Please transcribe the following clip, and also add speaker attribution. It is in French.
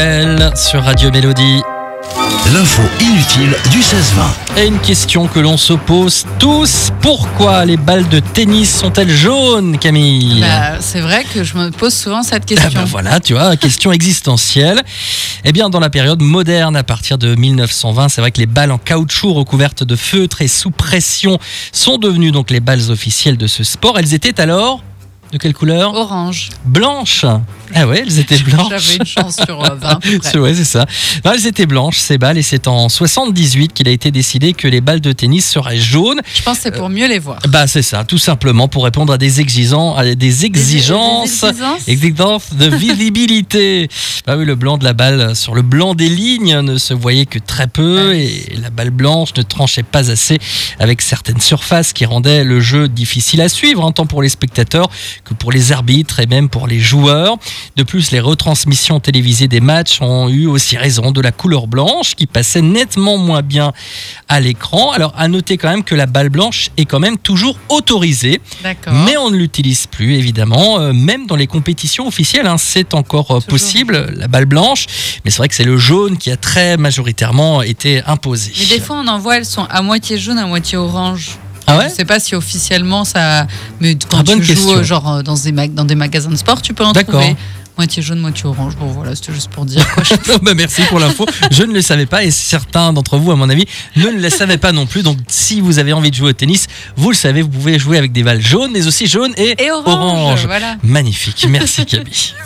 Speaker 1: Inutile sur Radio Mélodie.
Speaker 2: L'info inutile du 16-20.
Speaker 1: Et une question que l'on se pose tous, pourquoi les balles de tennis sont-elles jaunes, Camille
Speaker 3: Bah, c'est vrai que je me pose souvent cette
Speaker 1: Ah
Speaker 3: question.
Speaker 1: ben voilà, tu vois, question existentielle. Eh bien, dans la période moderne, à partir de 1920, c'est vrai que les balles en caoutchouc recouvertes de feutre et sous pression sont devenues donc les balles officielles de ce sport. Elles étaient alors de quelle couleur
Speaker 3: Orange.
Speaker 1: Blanches. Ah ouais, elles étaient blanches.
Speaker 3: Oh. J'avais une chance sur euh, 20 à peu près.
Speaker 1: C'est- Ouais, c'est ça. Non, elles étaient blanches, ces balles, et c'est en 78 qu'il a été décidé que les balles de tennis seraient jaunes.
Speaker 3: Je pense que c'est pour mieux les voir.
Speaker 1: Bah, c'est ça, tout simplement pour répondre à des exigeants- à des exigences.
Speaker 3: Des exigences
Speaker 1: Exigence de visibilité. Bah oui, le blanc de la balle sur le blanc des lignes ne se voyait que très peu et la balle blanche ne tranchait pas assez avec certaines surfaces qui rendaient le jeu difficile à suivre, hein, tant pour les spectateurs que pour les arbitres et même pour les joueurs. De plus, les retransmissions télévisées des matchs ont eu aussi raison de la couleur blanche qui passait nettement moins bien à l'écran. Alors, à noter quand même que la balle blanche est quand même toujours autorisée.
Speaker 3: D'accord.
Speaker 1: Mais on ne l'utilise plus, évidemment, euh, même dans les compétitions officielles. hein, c'est encore euh,
Speaker 3: Toujours.
Speaker 1: possible, la balle blanche. Mais c'est vrai que c'est le jaune qui a très majoritairement été imposé.
Speaker 3: Mais des fois, on en voit, elles sont à moitié jaune, à moitié orange.
Speaker 1: ah ouais
Speaker 3: je sais pas si officiellement ça. Mais quand
Speaker 1: Ah, bonne
Speaker 3: tu joues
Speaker 1: question.
Speaker 3: euh, genre euh, dans des, mag- dans des magasins de sport, tu peux en
Speaker 1: D'accord.
Speaker 3: trouver. Moitié jaune, moitié orange. Bon, voilà, c'était juste pour dire. quoi.
Speaker 1: Bah, Merci pour l'info. Je ne le savais pas et certains d'entre vous, à mon avis, ne le savaient pas non plus. Donc, si vous avez envie de jouer au tennis, vous le savez, vous pouvez jouer avec des balles jaunes, mais aussi jaunes et,
Speaker 3: Et orange,
Speaker 1: orange.
Speaker 3: voilà.
Speaker 1: Magnifique. Merci, Camille.